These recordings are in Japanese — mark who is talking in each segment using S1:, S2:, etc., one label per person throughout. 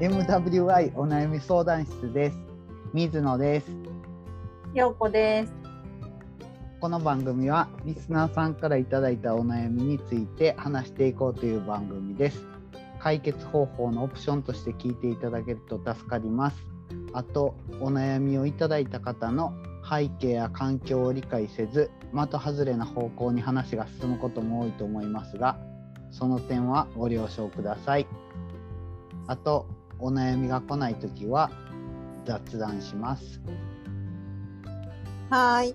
S1: MWI お悩み相談室です水野です
S2: ようこです。
S1: この番組はリスナーさんからいただいたお悩みについて話していこうという番組です解決方法のオプションとして聞いていただけると助かりますあとお悩みをいただいた方の背景や環境を理解せず的外れな方向に話が進むことも多いと思いますがその点はご了承くださいあとお悩みが来ないときは雑談します
S2: はーい。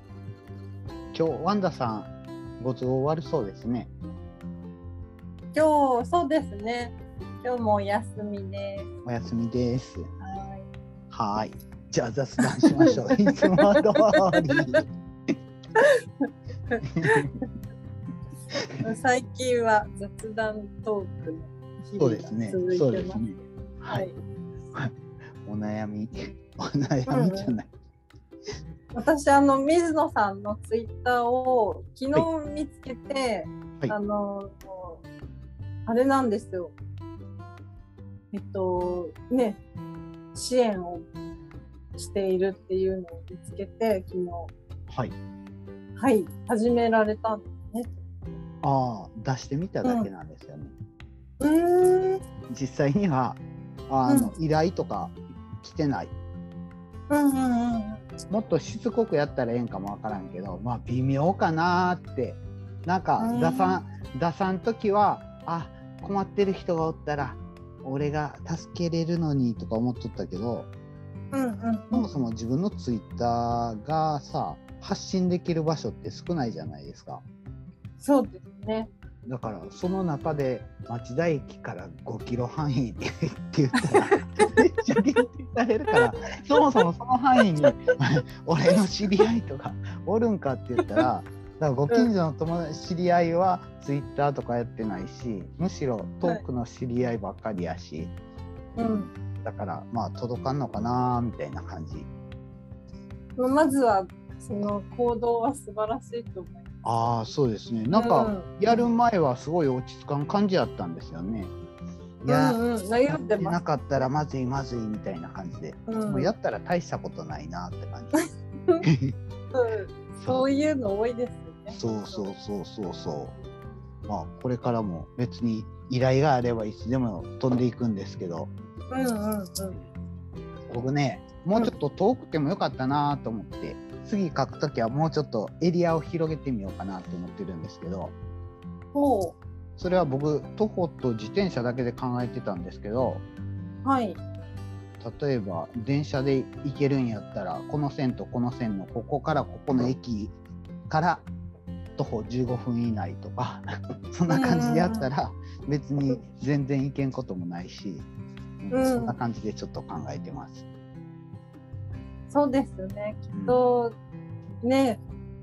S1: 今日ワンダさんご都合悪そうですね
S2: 今日、そうですね。今日もお休みです。
S1: お休みです
S2: は
S1: はーいじゃあ雑談しまし ょういつも通り
S2: ーい。最近は雑談トークの日
S1: そうで
S2: 々
S1: すね
S2: が続い
S1: そう
S2: て
S1: で
S2: ます
S1: す。ね
S2: は
S1: はい
S2: い。
S1: お悩 みお悩みじゃない、
S2: 私、あの、水野さんのツイッターを昨日見つけて、
S1: はい
S2: あの、あれなんですよ。えっと、ね、支援をしているっていうのを見つけて、昨日。
S1: はい
S2: はい、始められたんですね。
S1: ああ出してみただけなんですよね、
S2: うん、
S1: 実際にはあの、依頼とか来てない
S2: うん、うん、うん。
S1: もっとしつこくやったらええんかもわからんけどまあ微妙かなーってなんか
S2: うん
S1: 打算打算時はあ困ってる人がおったら俺が助けれるのにとか思っとったけど
S2: うん、うん、
S1: そもそも自分のツイッターがさ発信できる場所って少ないじゃないですか
S2: そうですね。
S1: だからその中で町田駅から5キロ範囲って言ったらめっちゃ限定されるからそもそもその範囲に俺の知り合いとかおるんかって言ったらだからご近所の友達知り合いはツイッターとかやってないしむしろ遠くの知り合いばっかりやし、
S2: うん、
S1: だからまあ届かんのかなーみたいな感じ
S2: まずは、その行動は素晴らしいと思います。
S1: ああそうですねなんかやる前はすごい落ち着かん感じやったんですよね。い
S2: うん、う
S1: やー
S2: ん、うん、悩んでま
S1: な
S2: す。
S1: かったらまずいまずいみたいな感じで、
S2: うん
S1: もうやったら大したことないなって感じ
S2: そう そういうの多いですよね。
S1: そうそうそうそうそうまあこれからも別に依頼があればいつでも飛んでいくんですけど
S2: うん、うん、うん。
S1: 僕ねもうちょっと遠くてもよかったなと思って次書くときはもうちょっとエリアを広げてみようかなと思ってるんですけど
S2: ほ
S1: それは僕徒歩と自転車だけで考えてたんですけど
S2: う、はい。
S1: 例えば電車で行けるんやったらこの線とこの線のここからここの駅から徒歩15分以内とか そんな感じでやったら別に全然行けんこともないし、うん
S2: うん
S1: そんな感じでちょっと考えてます。
S2: そうですね。き
S1: うん
S2: っと、ね、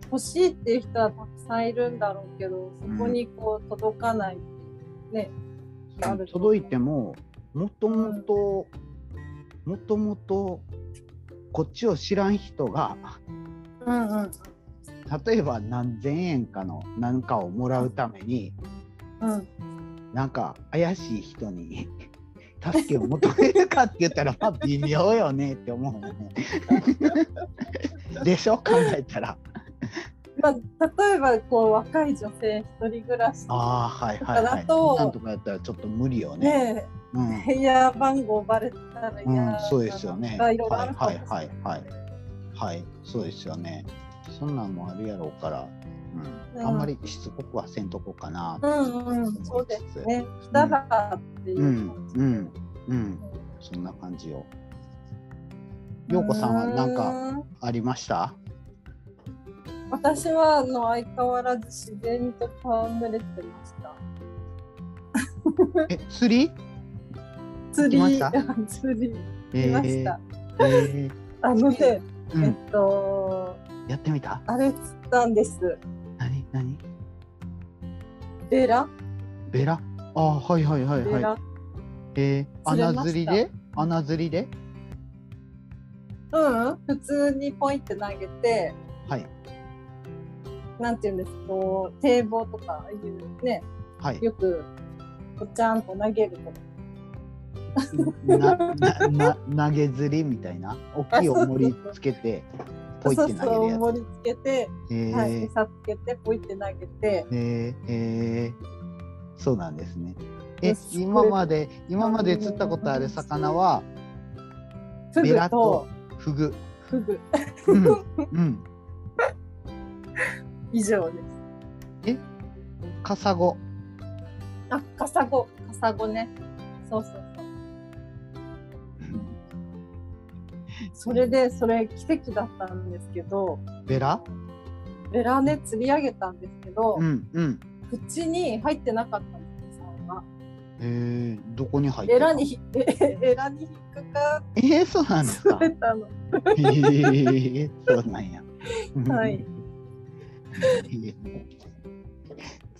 S2: 欲しいっていう人はたくさんいるんだろうけど、そこにこう届かないっていうね。ある
S1: 届いてももともともともとこっちを知らん人が
S2: うん、うん、
S1: 例えば何千円かの何かをもらうために
S2: うん。
S1: なんか怪しい人に 助けを求めるかって言ったらまあ微妙よねって思うよね。で しょ考えたら。
S2: まあ、例えばこう若い女性一人暮らし
S1: ああはいはいは
S2: だ
S1: い。
S2: と
S1: なんとかやったらちょっと無理よね。
S2: ね
S1: う
S2: え
S1: ん
S2: 部屋番号バレたら嫌
S1: うん
S2: な、
S1: そうですよね。は
S2: が
S1: い
S2: いろいろあるか
S1: は
S2: もし
S1: い
S2: れな
S1: はいいはい。はいそうですよね。そんなんもあるやろうから、うん
S2: うん
S1: あんまりしつこくはせんとこかなって
S2: うん
S1: 思
S2: う
S1: い
S2: ん
S1: つつ
S2: そうですねだからっていううん感じ
S1: うんうんそんな感じを。ようこさんはなんか
S2: うーん
S1: ありました
S2: 私はあの相変わらず自然と戯れてました
S1: え釣 り
S2: 釣
S1: 行き
S2: り
S1: ま
S2: 釣り
S1: え
S2: いました、
S1: えー
S2: あのね、
S1: う
S2: え
S1: ん、
S2: っと
S1: やってみた
S2: あれ釣ったんです
S1: 何何
S2: ベラ
S1: ベラあはいはいはい
S2: ベラ、
S1: はいえー、
S2: 釣れました
S1: 穴釣りで穴釣りで
S2: うん普通にポイって投げて
S1: はい
S2: なんていうんですかこう堤防とかいうね
S1: はい
S2: よく、ぽちゃんと投げると
S1: ななな投げ釣りみたいな大きい重りつけてポイって
S2: そ
S1: 投
S2: う
S1: げ
S2: そう
S1: るや
S2: 盛り付けて、
S1: つ。へ
S2: はい、
S1: え
S2: 餌つけてポイって投げて
S1: へえへえそうなんですね。え
S2: で作る
S1: 今まで今まで釣ったことある魚は
S2: フ
S1: ベラ
S2: グ
S1: と
S2: と
S1: フグ。
S2: フグ
S1: うん うん、
S2: 以上です
S1: カサゴ
S2: あカサゴカサゴねそうそうそうそれでそれ奇跡だったんですけど
S1: ベラ
S2: ベラね釣り上げたんですけど、
S1: うんうん。
S2: 口に入ってなかったんですよ餌が
S1: えー、どこに入って
S2: ベ
S1: た
S2: ラにひベラに引っかか
S1: えー、そうなんですか
S2: っ。てたの
S1: えー、そうなんや。
S2: はい。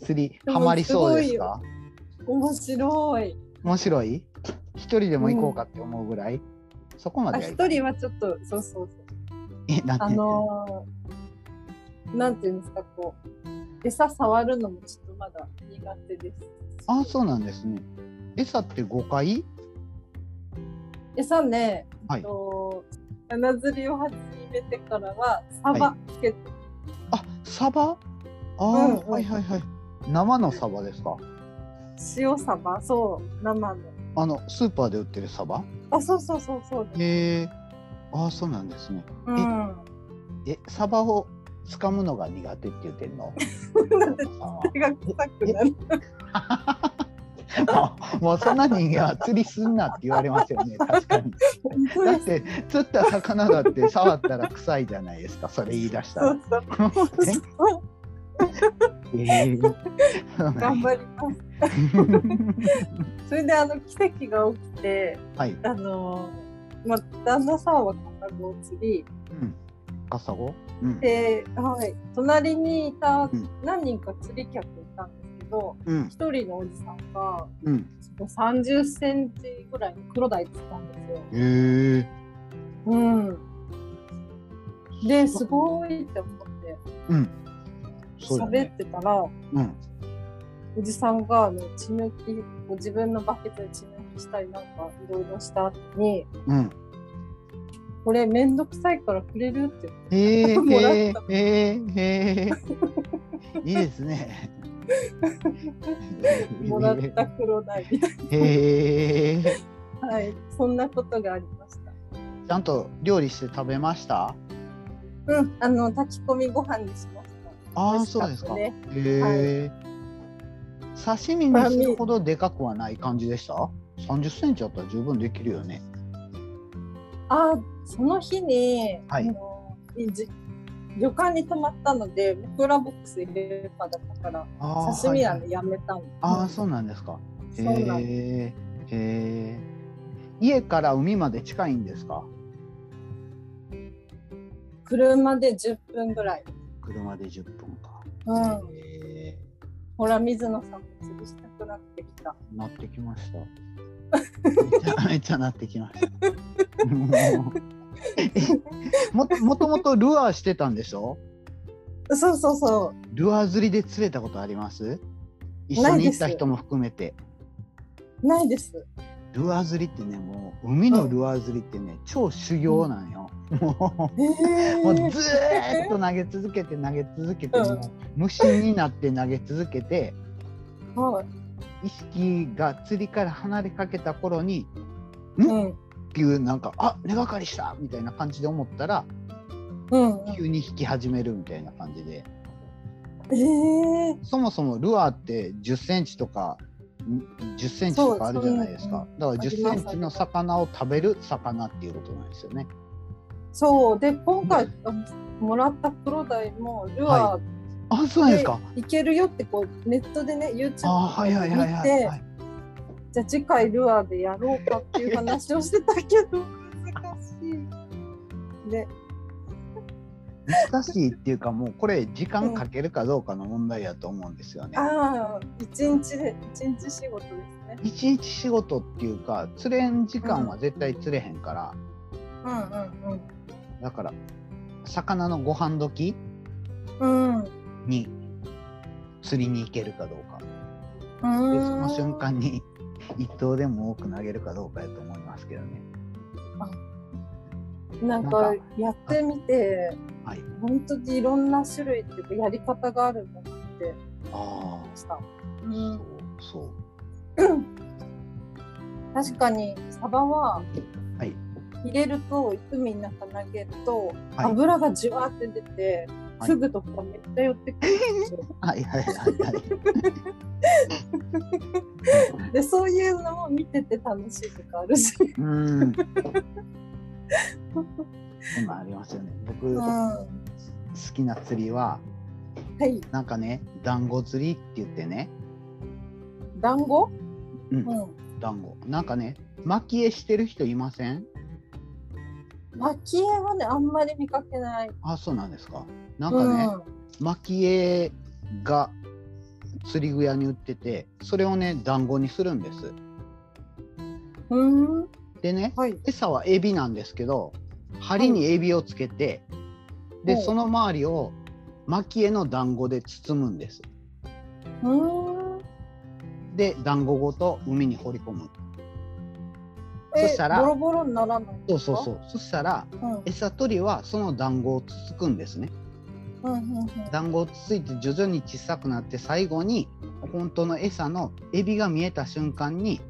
S1: 釣り
S2: でも
S1: ハマりそうですか
S2: 面白い
S1: 面白い一人でも行こうかって思うぐらい、そこま
S2: あ
S1: では
S2: 一
S1: 行かない
S2: 人はちょっとそうそうそう
S1: えなんて
S2: あのー、なんていうんですか、こう、餌触るのもちょっとまだ苦手です。
S1: あそうなんですね餌って5回
S2: 餌ね、
S1: はい
S2: えっと穴釣りを始めてからは、サ
S1: は
S2: バつけて、
S1: あサバあー、
S2: うんうん
S1: はいはいはい生のサバですか
S2: 塩サバ、そう、生の。
S1: あのスーパーで売ってるサバ
S2: あ、そうそうそうそうです。
S1: へえあーそうなんですね
S2: うん。
S1: えサバを掴むのが苦手って言ってんの
S2: なんで手が臭くなる。
S1: もうもうそんな人間は釣りすんなって言われます よね確かにだって釣った魚だって触ったら臭いじゃないですかそれ言い出した
S2: そ
S1: ら
S2: うそう。そう
S1: えー
S2: 頑張ります。それで、あの、奇跡が起きて、
S1: はい。
S2: あのー、まあ、旦那さんはカサゴを釣り、
S1: うん。カサゴ。うん。
S2: で、はい、隣にいた
S1: うん
S2: 何人か釣り客いたんですけど、
S1: うん。
S2: 一人のおじさんが
S1: うん。
S2: その30センチぐらいの黒鯛釣ったんですよ。
S1: へえ。
S2: うん、で、すごいって思って
S1: うん。そうだ
S2: 喋
S1: ね
S2: っ。てたら、
S1: うん。
S2: おじさんがあの血抜き、こう自分のバケツで血抜きしたりなんかいろいろした後に、
S1: うん。
S2: これめんどくさいからくれるって言って、
S1: へえ。
S2: もら
S1: へ
S2: った
S1: え。へえ。いいですね。
S2: もらった黒鯛みたい
S1: へえ。
S2: な、はい、そんなことがありました。
S1: ちゃんと料理して食べました。
S2: うん、あの炊き込みご飯にしました。
S1: あ
S2: 美
S1: あ、
S2: 味し
S1: そ
S2: か
S1: う
S2: っ
S1: です
S2: た
S1: か。
S2: ね
S1: へえ。刺身にするほどでかくはない感じでした。三十センチあったら十分できるよね。
S2: あその日に、
S1: はい
S2: あのじ旅館に泊まったので枕ボックス入れるかだったから
S1: あー
S2: 刺身
S1: は
S2: はい
S1: はい
S2: のやめたの、
S1: ああそうなんですか。へ
S2: そうなんです
S1: えへえ。家から海まで近いんですか？
S2: 車で10分ぐらい、
S1: 車で10分か。
S2: うん、
S1: へえ。
S2: ほら水野さんも釣りしたくなってきた
S1: なってきま した。めちゃめちゃなってきました。もうえももともとルアーしてたんでしょ？
S2: そうそうそ
S1: ルアー釣りで釣れたことあります？一緒に行った
S2: ないです
S1: 人も含めて。
S2: うないです
S1: ルアー釣りってねもう海のルアー釣りってね、超修行なんよ。もう。
S2: えー
S1: もうずーっと投げ続けて投げ続けて、
S2: うん
S1: もう無心になって投げ続けて
S2: はい
S1: 意識が釣りから離れかけた頃に
S2: うん
S1: っていうなんかあ根がかりしたみたいな感じで思ったら
S2: うん
S1: 急に引き始めるみたいな感じで
S2: えー、
S1: そもそもルアーって1 0センチとか1 0センチとかあるじゃないですかだから1
S2: あり
S1: 0
S2: ま
S1: セ
S2: す
S1: ンチの魚を食べる魚っていうことなんですよね。
S2: そうで今回あのもらった黒鯛もルアー
S1: あそうなんですか。
S2: いけるよってこうネットでね YouTube と
S1: あ
S2: か
S1: はい
S2: で
S1: はいはい
S2: 見
S1: はい
S2: て
S1: はい。
S2: じゃあ次回ルアーでやろうかっていう話をしてたけど難しい。で、
S1: 難しいっていうかもうこれ時間かけるかどうかの問題やと思うんですよね。
S2: ああ一日で一日仕事ですね。
S1: 一日仕事っていうか釣れん時間は絶対釣れへんから、
S2: うん
S1: だから魚のご飯時
S2: うんうん。
S1: に釣りに行けるかどうか
S2: うん。
S1: でその瞬間に 一投でも多く投げるかどうかやと思いますけどね。
S2: なんかやってみて、
S1: はい。
S2: 本当にいろんな種類っていうか、やり方があるのって
S1: ああ、
S2: した。
S1: そうそう。
S2: 確かに、サバは、
S1: はい
S2: 入れると、海の中投げると、
S1: はい
S2: 油がじわーって出て、
S1: はい
S2: フグとかめっちゃ寄ってくるんですよ。
S1: はいはいはいはい。
S2: で、そういうのも見てて楽しいとかあるし。
S1: うーん。そんなんありますよね。僕、
S2: うん。
S1: 好
S2: は
S1: きな釣りは、
S2: い。
S1: なんかね、団子釣りって言ってね、
S2: 団子
S1: うん
S2: う、ん。
S1: 団子。なんかね、蒔絵してる人いません
S2: 蒔絵はねあんまり見かけない。
S1: あ、そうなんですか。なんかね、蒔絵が釣り具屋に売ってて、それをね、団子にするんです。
S2: うん。うーん
S1: でね、
S2: はい。
S1: 餌はエビなんですけど針にエビをつけて、で
S2: ほう
S1: その周りを蒔絵の団子で包むんです
S2: うーん。
S1: で団子ごと海に放り込むそ
S2: え
S1: したら
S2: ボロボロにならない。
S1: そうそうそうそしたら
S2: うん。うん
S1: 餌取りはその団子をつつくんですね
S2: うんうん。
S1: 団子をつついて徐々に小さくなって最後に本当の餌のエビが見えた瞬間に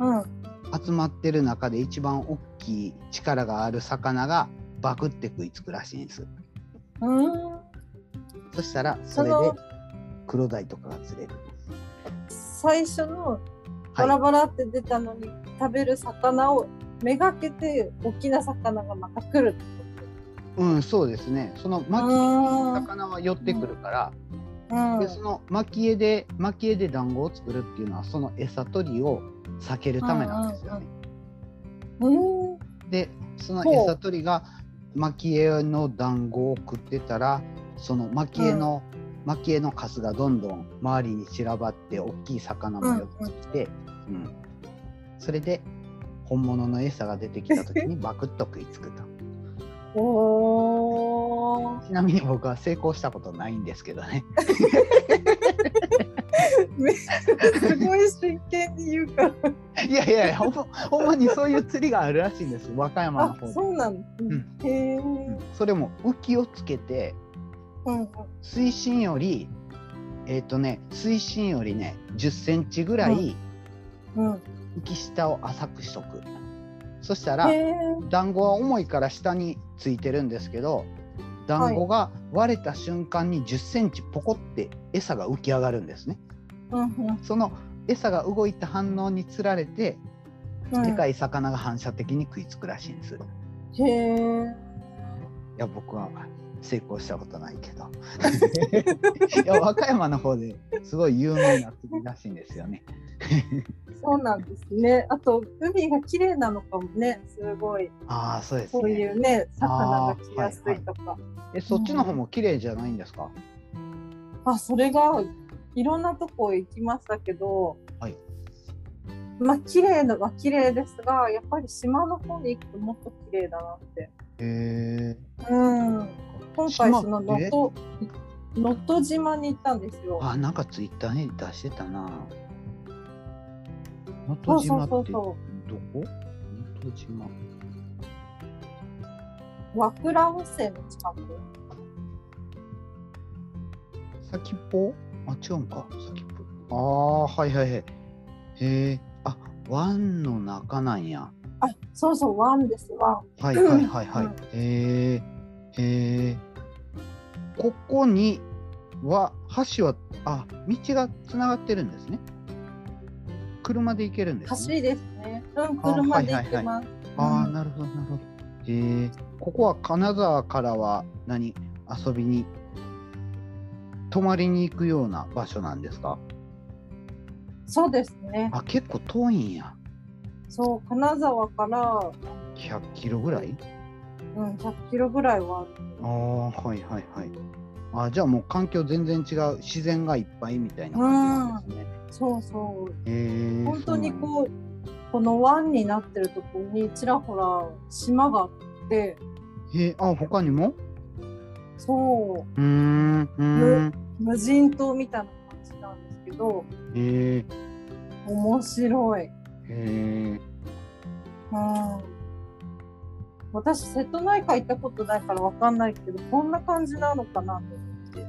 S2: うん。
S1: 集まってる中で一番大きい力がある魚がバクって食いつくらしいんです
S2: うん。
S1: そしたらそれで
S2: その
S1: 黒鯛とかが釣れる
S2: 最初の
S1: は
S2: バ
S1: い
S2: ラバラって出たのに、食べる魚をめがけて大きな魚がまた来るって
S1: うん、そうですね。その
S2: こと。
S1: 巻き魚は寄ってくるから、
S2: うん。う
S1: でその巻き絵で巻き絵で団子を作るっていうのはその餌取りを避けるためなんですよね。
S2: ん。うん
S1: でその
S2: ほう
S1: 餌取りが巻き絵の団子を食ってたらその巻き絵の、蒔絵のカスがどんどん周りに散らばって大きい魚も寄ってきて、うんそれで本物の餌が出てきた時にバクッと食いつくと。
S2: おー。
S1: ちなみに僕は成功したことないんですけどね。
S2: すごい真剣に言う から。
S1: いやいやいや、ほんまほんまにそういう釣りがあるらしいんです、和歌山の
S2: あ
S1: 方、で。
S2: そうなんだ。
S1: ん
S2: へえ。
S1: うんそれも浮きをつけて、
S2: うんうん。
S1: 水深より、えっ、とね、水深よりね、10センチぐらい
S2: うん。
S1: 浮き下を浅くしとく。そしたら
S2: へ、え。
S1: 団子は重いから下についてるんですけど、団子が割れた瞬間に10センチポコって餌が浮き上がるんですね。
S2: うんうん
S1: その餌が動いた反応につられて、
S2: うん
S1: でかい魚が反射的に食いつくらしいんです。
S2: へえ。
S1: いや僕は成功したことないけ どいや和歌山の方ですごい有名な釣りらしいんですよね
S2: そうなんですね。あと海が綺麗なのかもね。すごい。
S1: ああそうです
S2: こうい
S1: ね
S2: うね、魚が来やすいとか。あ,、
S1: えそっちの方も綺麗じゃないんですか、
S2: それがいろんなとこ行きましたけど。
S1: はい
S2: まあ綺麗なは綺麗ですが、やっぱり島の方に行くともっと綺麗だなって。
S1: へえ
S2: うん。今回
S1: 島
S2: その能
S1: え
S2: 登能登島に行ったんですよ。
S1: あなんかツイッターに出してたな能
S2: そ
S1: 登
S2: うそ
S1: 島
S2: う
S1: って
S2: そ
S1: ど
S2: う
S1: こ
S2: そ
S1: 能登島
S2: う。和倉温泉の近く。
S1: 先っぽあ違うんか先っぽああはいはいはいへえあ湾の中なんや
S2: あ、そうそう、湾です、湾。
S1: はいはいはいはい。
S2: うん
S1: へえへえ。ここには橋はあ道がつながってるんですね。車で行けるんです
S2: 橋
S1: ね。
S2: ですね。うん、
S1: あ
S2: 車で行ってます。
S1: ああ
S2: うん
S1: なるほどなるほど。へえ。ここは金沢からは何遊びに泊まりに行くような場所なんですか。
S2: そうですね。
S1: あ結構遠いんや。
S2: そう、金沢から、
S1: 100キロぐらい？
S2: うん、100キロぐらいはある。
S1: ああはいはいはい。あじゃあもう環境全然違う自然がいっぱいみたいな感じなんですね。
S2: そうそう。
S1: へえ
S2: 本当に
S1: そう
S2: こう、この湾になってるとこにちらほら島があって、
S1: なんやへえあ他にも
S2: そう
S1: ーんうーん
S2: う、無人島みたいな感じなんですけど、
S1: へえ
S2: 面白い。
S1: え
S2: うん私、瀬戸内海行ったことないからわかんないけど、こんな感じなのかなと思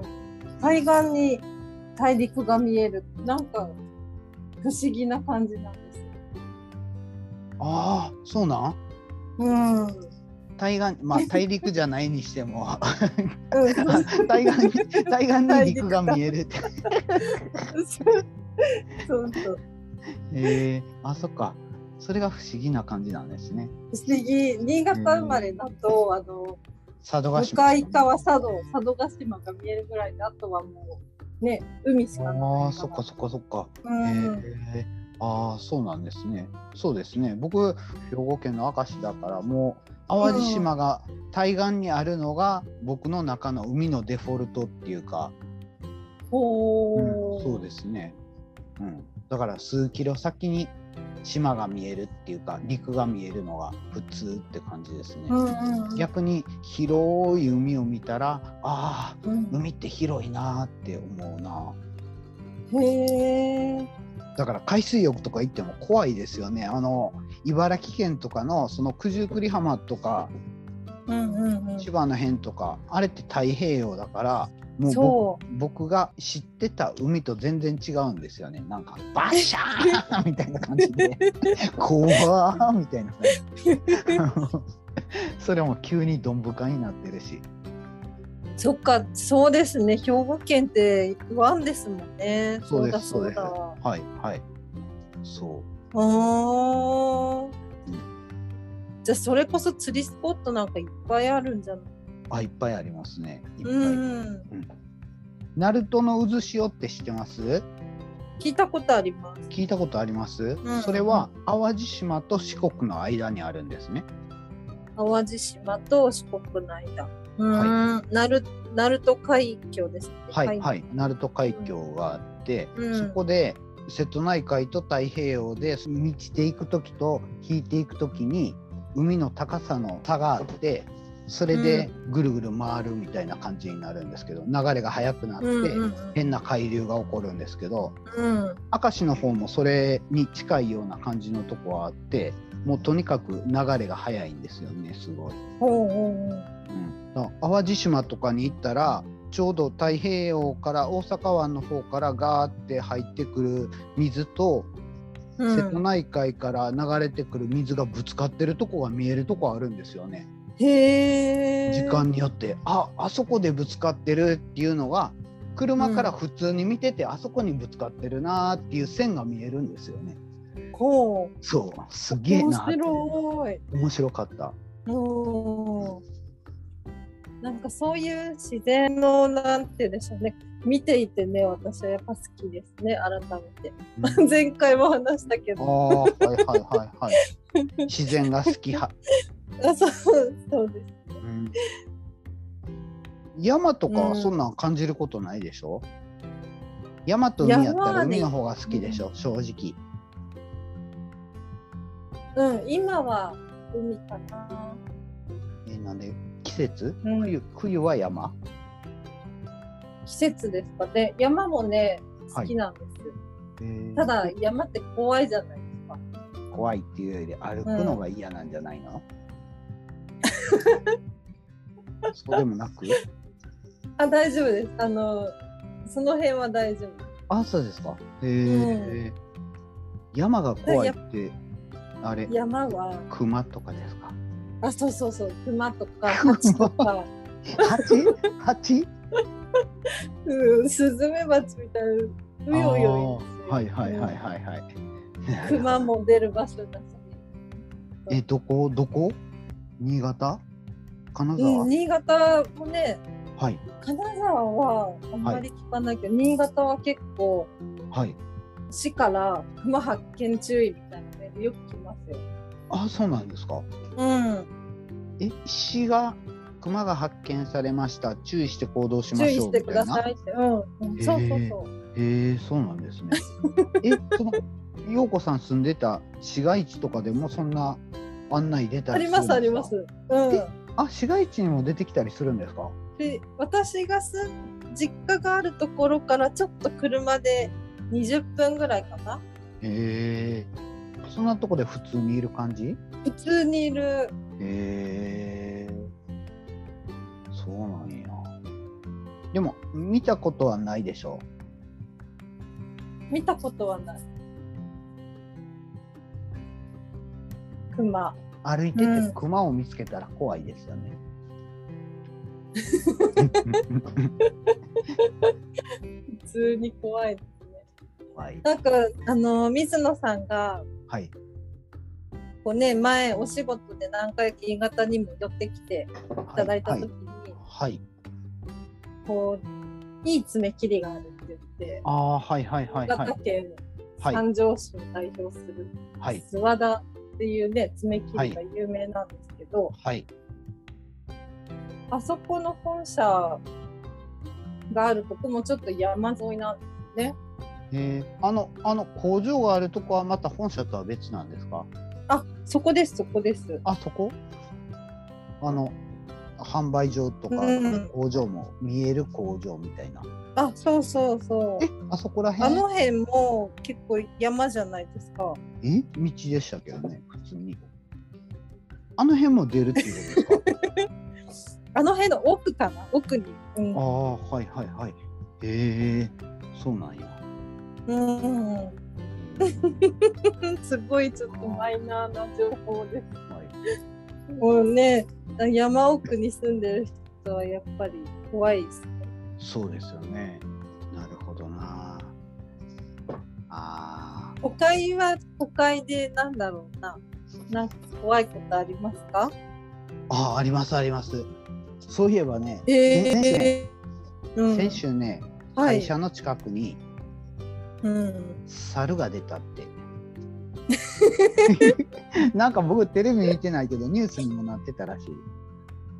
S1: あ
S2: って。うん海岸に大陸が見える。なんか、不思議な感じなんですよ。
S1: ーあーそうなん
S2: うん。うん
S1: 対岸 まあ大陸じゃないにしても
S2: そう
S1: 対岸に対岸に陸が見えるって
S2: そうそう。
S1: へえあそっかそれが不思議な感じなんですね
S2: 不思議。新潟生まれだと、あの、
S1: 佐渡
S2: 向
S1: 島
S2: かい側佐渡、佐渡島が見えるぐらいで、あとはもう、ね、海しかないら。
S1: ああそっかそっかそっか
S2: うん。
S1: へえああそうなんですね。そうですね。僕兵庫県の明石だからもう淡路島が対岸にあるのが僕の中の海のデフォルトっていうか、
S2: ほ
S1: うん
S2: ー
S1: そうですね。うん。だから数キロ先に島が見えるっていうか陸が見えるのが普通って感じですね。
S2: うんうんうん
S1: 逆に広い海を見たらああ
S2: うん
S1: 海って広いなーって思うな。
S2: へえ。
S1: だから海水浴とか行っても怖いですよね。あの茨城県とかのその九十九里浜とか
S2: うんうんうん
S1: 千葉の辺とか、あれって太平洋だからもうぼ
S2: そ
S1: 僕が知ってた海と全然違うんですよね。なんかバシャーンみたいな感じ で怖ーみたいな 感じ。それも急にどんぶかになってるし。
S2: う。そっか、そうですね。兵庫県って不安ですもんね。
S1: そうで
S2: だ
S1: すそう
S2: そう
S1: です。
S2: だ。
S1: はいはい。そう。
S2: うーん。じゃあそれこそ釣りスポットなんかいっぱいあるんじゃない。
S1: あいっぱいありますね。いっぱい。
S2: うん。
S1: 鳴門の渦潮って知ってます？
S2: 聞いたことあります。
S1: 聞いたことあります、
S2: うん
S1: それは淡路島と四国の間にあるんですね
S2: 淡路島と四国の間。うん。鳴鳴門海峡ですね。
S1: はい
S2: い。
S1: はい鳴門海峡があって、
S2: うん
S1: そこで瀬戸内海と太平洋で満ちていく時と引いていく時に海の高さの差があってそれでぐるぐる回るみたいな感じになるんですけど流れが速くなって
S2: うんうんうん
S1: 変な海流が起こるんですけど
S2: うん。
S1: 明石の方もそれに近いような感じのとこはあってもうとにかく流れが速いんですよねすごい。
S2: ほうほうほう。
S1: うん、だから淡路島とかに行ったらちょうど太平洋から大阪湾の方からガーって入ってくる水と、
S2: うん
S1: 瀬戸内海から流れてくる水がぶつかってるとこが見えるとこあるんですよね、
S2: へえ。
S1: 時間によってああそこでぶつかってるっていうのが車から普通に見てて、あそこにぶつかってるなーっていう線が見えるんですよね
S2: こう。
S1: そうすげえなーって
S2: 面白い。
S1: 面白かった
S2: うん。なんかそういう自然のなんて言うんでしょうね。見ていてね、私はやっぱ好きですね、改めて。前回も話したけ
S1: あー
S2: ど。
S1: はいはいはいはい 自然が好き派
S2: あ、そう、そうです。
S1: うん山とかは
S2: うん
S1: そんなん感じることないでしょ、山と海やったら
S2: 山に
S1: 海の方が好きでしょ正直
S2: うん、今は海かな。
S1: えなんで季節、
S2: うん
S1: 冬冬は山
S2: 季節ですかね。山もね、好きなんですよ。ただ、山って怖いじゃないですか。
S1: 怖いっていうより歩くのが嫌なんじゃないの、 そうでもなく
S2: あ、大丈夫です。あの、その辺は大丈夫。
S1: あそうですかへえ、山が怖いってあれ
S2: 山は、
S1: 熊とかですか
S2: あ、そうそうそう、熊とか、蜂とか、
S1: 蜂 蜂
S2: うん、スズメバチみたいな、うようよ
S1: あーはいはいはいはいはい。
S2: い。熊も出る場所だし。
S1: えどこどこ？新潟？金沢？
S2: うん、新潟もね、
S1: はい
S2: 金沢はあんまり聞かないけど、新潟は結構、
S1: はい。
S2: 市から熊発見注意みたいなメールよく来ますよ。
S1: あそうなんですか。
S2: うん、
S1: え市が熊が発見されました。注意して行動しま
S2: 注
S1: し
S2: 意
S1: ょう
S2: して
S1: み
S2: く
S1: たい
S2: だ
S1: な。
S2: さいって。うん、うん、そうそうそう。
S1: へえそうなんですね。えその陽子さん住んでた市街地とかでもそんな案内出た
S2: あ
S1: り
S2: り
S1: するんです
S2: ます
S1: か？
S2: あります。うん。
S1: あ市街地にも出てきたりするんですか？
S2: で私が住ん実家があるところからちょっと車で20分ぐらいかな
S1: ええそんなとこで普通にいる感じ
S2: 普通にいる
S1: ええそうなんや。でも、見たことはないでしょ
S2: 見たことはないクマ
S1: 歩いて
S2: う
S1: て
S2: ん
S1: クマを見つけたら怖いですよね。
S2: 普通に怖い
S1: 怖 い。
S2: なんかあの水野さんが
S1: はい。
S2: こうね前お仕事で何回か新潟にも寄ってきていただいた時に、
S1: はい。はい。
S2: こういい爪切りがあるって言って
S1: ああ、はいはいはい
S2: 新
S1: は
S2: 潟
S1: い。
S2: 県
S1: はい
S2: 三条市を代表する
S1: はい。
S2: 諏訪田っていうね爪切りが有名なんですけど、
S1: はい。
S2: あそこの本社があるとこもちょっと山沿いなんで
S1: えー、あの、あの工場があるとこはまた本社とは別なんですか
S2: あそこですそこです
S1: あそこあの、販売場とか
S2: うん
S1: 工場も見える工場みたいな。
S2: あそうそうそう
S1: え、あそこら
S2: あ
S1: 辺
S2: の辺も結構山じゃないですか
S1: え道でしたけどね、普通に。あの辺も出るっていう ことですか
S2: あの辺の奥かな奥にうん
S1: ああ、はいはいはい。へえそうなん や。
S2: うんうんうんすごいちょっとマイナーな情報です
S1: はい
S2: もうね山奥に住んでる人はやっぱり怖いです
S1: そうですよね。なるほどな。あ
S2: 都会は都会でなんだろうな。なんか怖いことありますか？
S1: ーあー、ありますあります。そういえばね、
S2: えーうん、
S1: 先週ね、
S2: はい
S1: 会社の近くに
S2: うん、
S1: 猿が出た って。 なんか僕テレビ見てないけどニュースにもなってたらし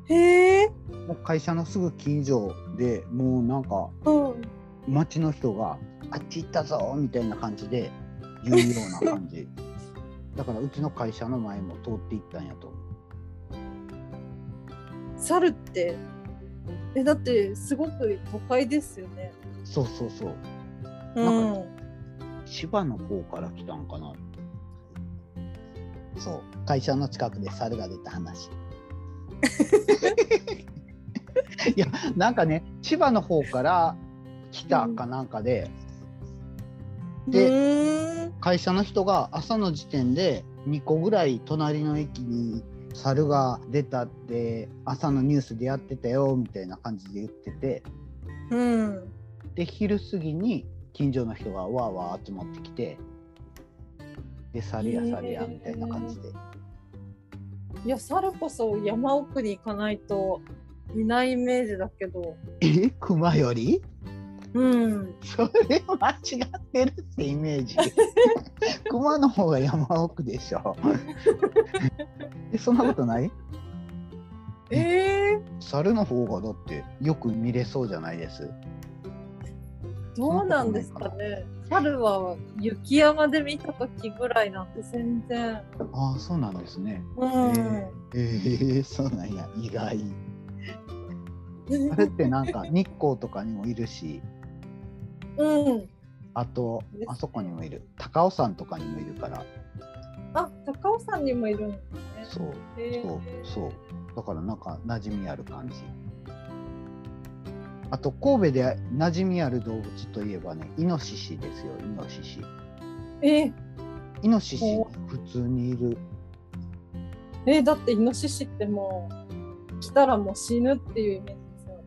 S1: い。
S2: へえ、
S1: もう会社のすぐ近所でもうなんか
S2: うん、
S1: 街の人があっち行ったぞみたいな感じで言うような感じだからうちの会社の前も通っていったんやと思う
S2: 猿ってえだってすごく都会ですよね。
S1: そうそうそう
S2: うん、
S1: 千葉の方から来たんかなそう会社の近くで猿が出た話いやなんかね千葉の方から来たかなんかで、で
S2: うーん
S1: 会社の人が朝の時点で2個ぐらい隣の駅に猿が出たって朝のニュースでやってたよみたいな感じで言ってて
S2: うん、
S1: で昼過ぎに近所の人がわーわー集まってきてで猿や猿やみたいな感じで、
S2: いや猿こそ山奥に行かないといないイメージだけど、
S1: え熊より
S2: うん、
S1: それ間違ってるってイメージ熊の方が山奥でしょえそんなことない
S2: えー、
S1: 猿の方がだってよく見れそうじゃないです
S2: どうなんですかね。猿は雪山で見た時ぐらいなんて全然。
S1: ああそうなんですね。
S2: うん。
S1: えーえーそうなんや意外。あれってなんか日光とかにもいるし
S2: うん。
S1: あと
S2: ですね
S1: あそこにもいる高尾山とかにもいるから
S2: あ、高尾山にもいるんですね。
S1: そう
S2: へー
S1: そうそうだからなんか馴染みある感じ。あと神戸で馴染みある動物といえばねイノシシですよイノシシ。
S2: え、
S1: イノシシ
S2: お
S1: 普通にいる
S2: え、だってイノシシってもう来たらもう死ぬっていうイメージですよね。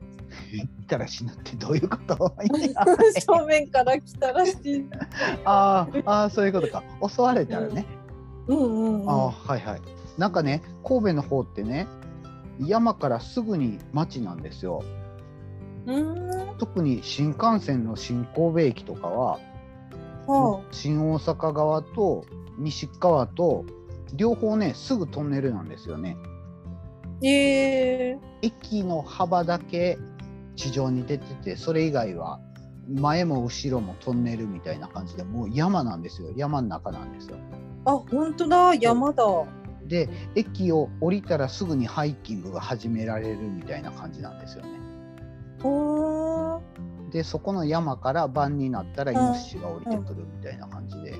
S1: 行ったら死ぬってどういうこと
S2: 正面から来たら死ぬ。
S1: あーあーそういうことか襲われたらね。
S2: うんうんうん。
S1: あーはいはいなんかね神戸の方ってね山からすぐに町なんですよ
S2: うーん。
S1: 特に新幹線の新神戸駅とかは、
S2: は
S1: 新大阪側と西側と両方ねすぐトンネルなんですよね
S2: あ。え
S1: 駅の幅だけ地上に出ててそれ以外は前も後ろもトンネルみたいな感じでもう山なんですよ山の中なんですよ
S2: ー。あ、本当だ。山だ。
S1: で駅を降りたらすぐにハイキングが始められるみたいな感じなんですよね
S2: ほー
S1: でそこの山から晩になったらイノシシが降りてくるみたいな感じで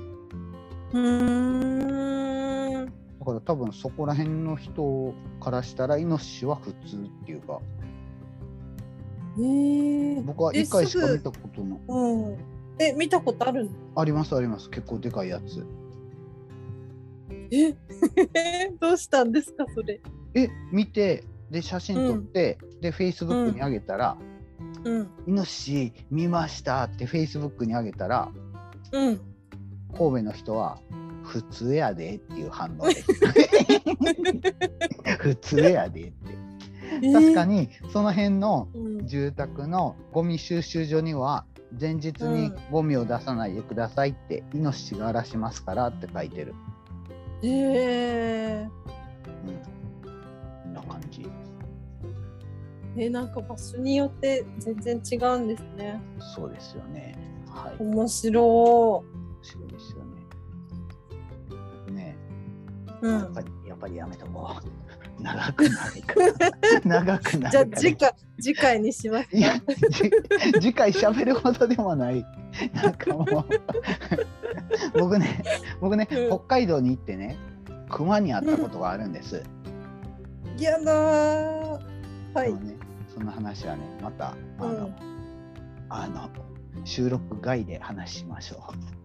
S2: うーん
S1: だから多分そこら辺の人からしたらイノシシは普通っていうか
S2: えー、
S1: 僕は
S2: え
S1: 1回しか
S2: すぐ
S1: 見たことの
S2: うんえ見たことあるの
S1: ありますあります結構でかいやつ
S2: え どうしたんですかそれ
S1: え見てで写真撮って、でフェイスブックに上げたら
S2: うん
S1: 「イノシシ見ました」ってフェイスブックに上げたら
S2: うん
S1: 神戸の人は「普通やで」っていう反応です。普通やでって確か
S2: に、
S1: にその辺の
S2: うん
S1: 住宅のゴミ収集所には前日にゴミを出さないでくださいってイノシシが荒らしますからって書いてる、う
S2: えー、
S1: ん、こんな感じ
S2: えなんか場所によって全然違うんですね
S1: そうですよねはい面
S2: 面白
S1: 白いですよねね
S2: い、う
S1: えやっ
S2: ん
S1: ぱりやっぱりやめとこう 長くなるから 長くなるから
S2: じゃあ次回次回にします
S1: いやじ次回喋るほどでもないなんかもう僕ね僕ね、
S2: う
S1: 北
S2: ん
S1: 海道に行ってね熊に会ったことがあるんです、
S2: やだーは
S1: で
S2: い
S1: もねその話はねまたあ
S2: う
S1: の
S2: ん、
S1: あの収録外で話しましょ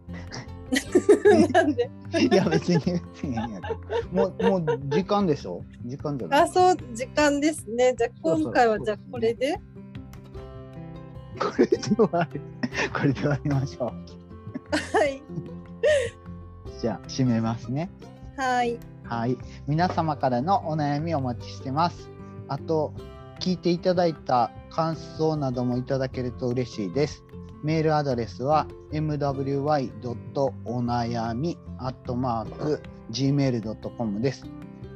S2: なんで
S1: ういや別に別にいいんやけどもうもう時間でしょ時間じゃない
S2: あそう時間ですねじゃあ
S1: そうそう
S2: 今回は
S1: そう
S2: じゃあこれで
S1: これで終わりこれで終わりましょう
S2: はい
S1: じゃあ締めますね
S2: はい
S1: はい、皆様からのお悩みをお待ちしてます。あと、聞いていただいた感想などもいただけると嬉しいです。メールアドレスは mwy.onayami.gmail.com です。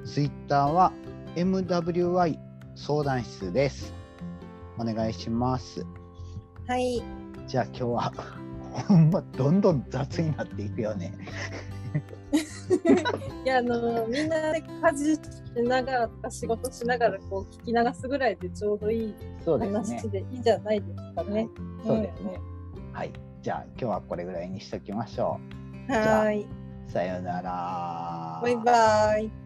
S1: ツイッターは mwy 相談室です。お願いします。
S2: はい
S1: じゃあ今日は、 ほんまどんどん雑になっていくよね。
S2: いやあのみんなで家事しながらとか仕事しながらこう聞き流すぐらいでちょうどいい
S1: そうですね
S2: 話。でいいんじゃないですかね。
S1: そうですね。はい。じゃあ今日はこれぐらいにしときましょう。
S2: はい。
S1: さようなら。
S2: バイバイ。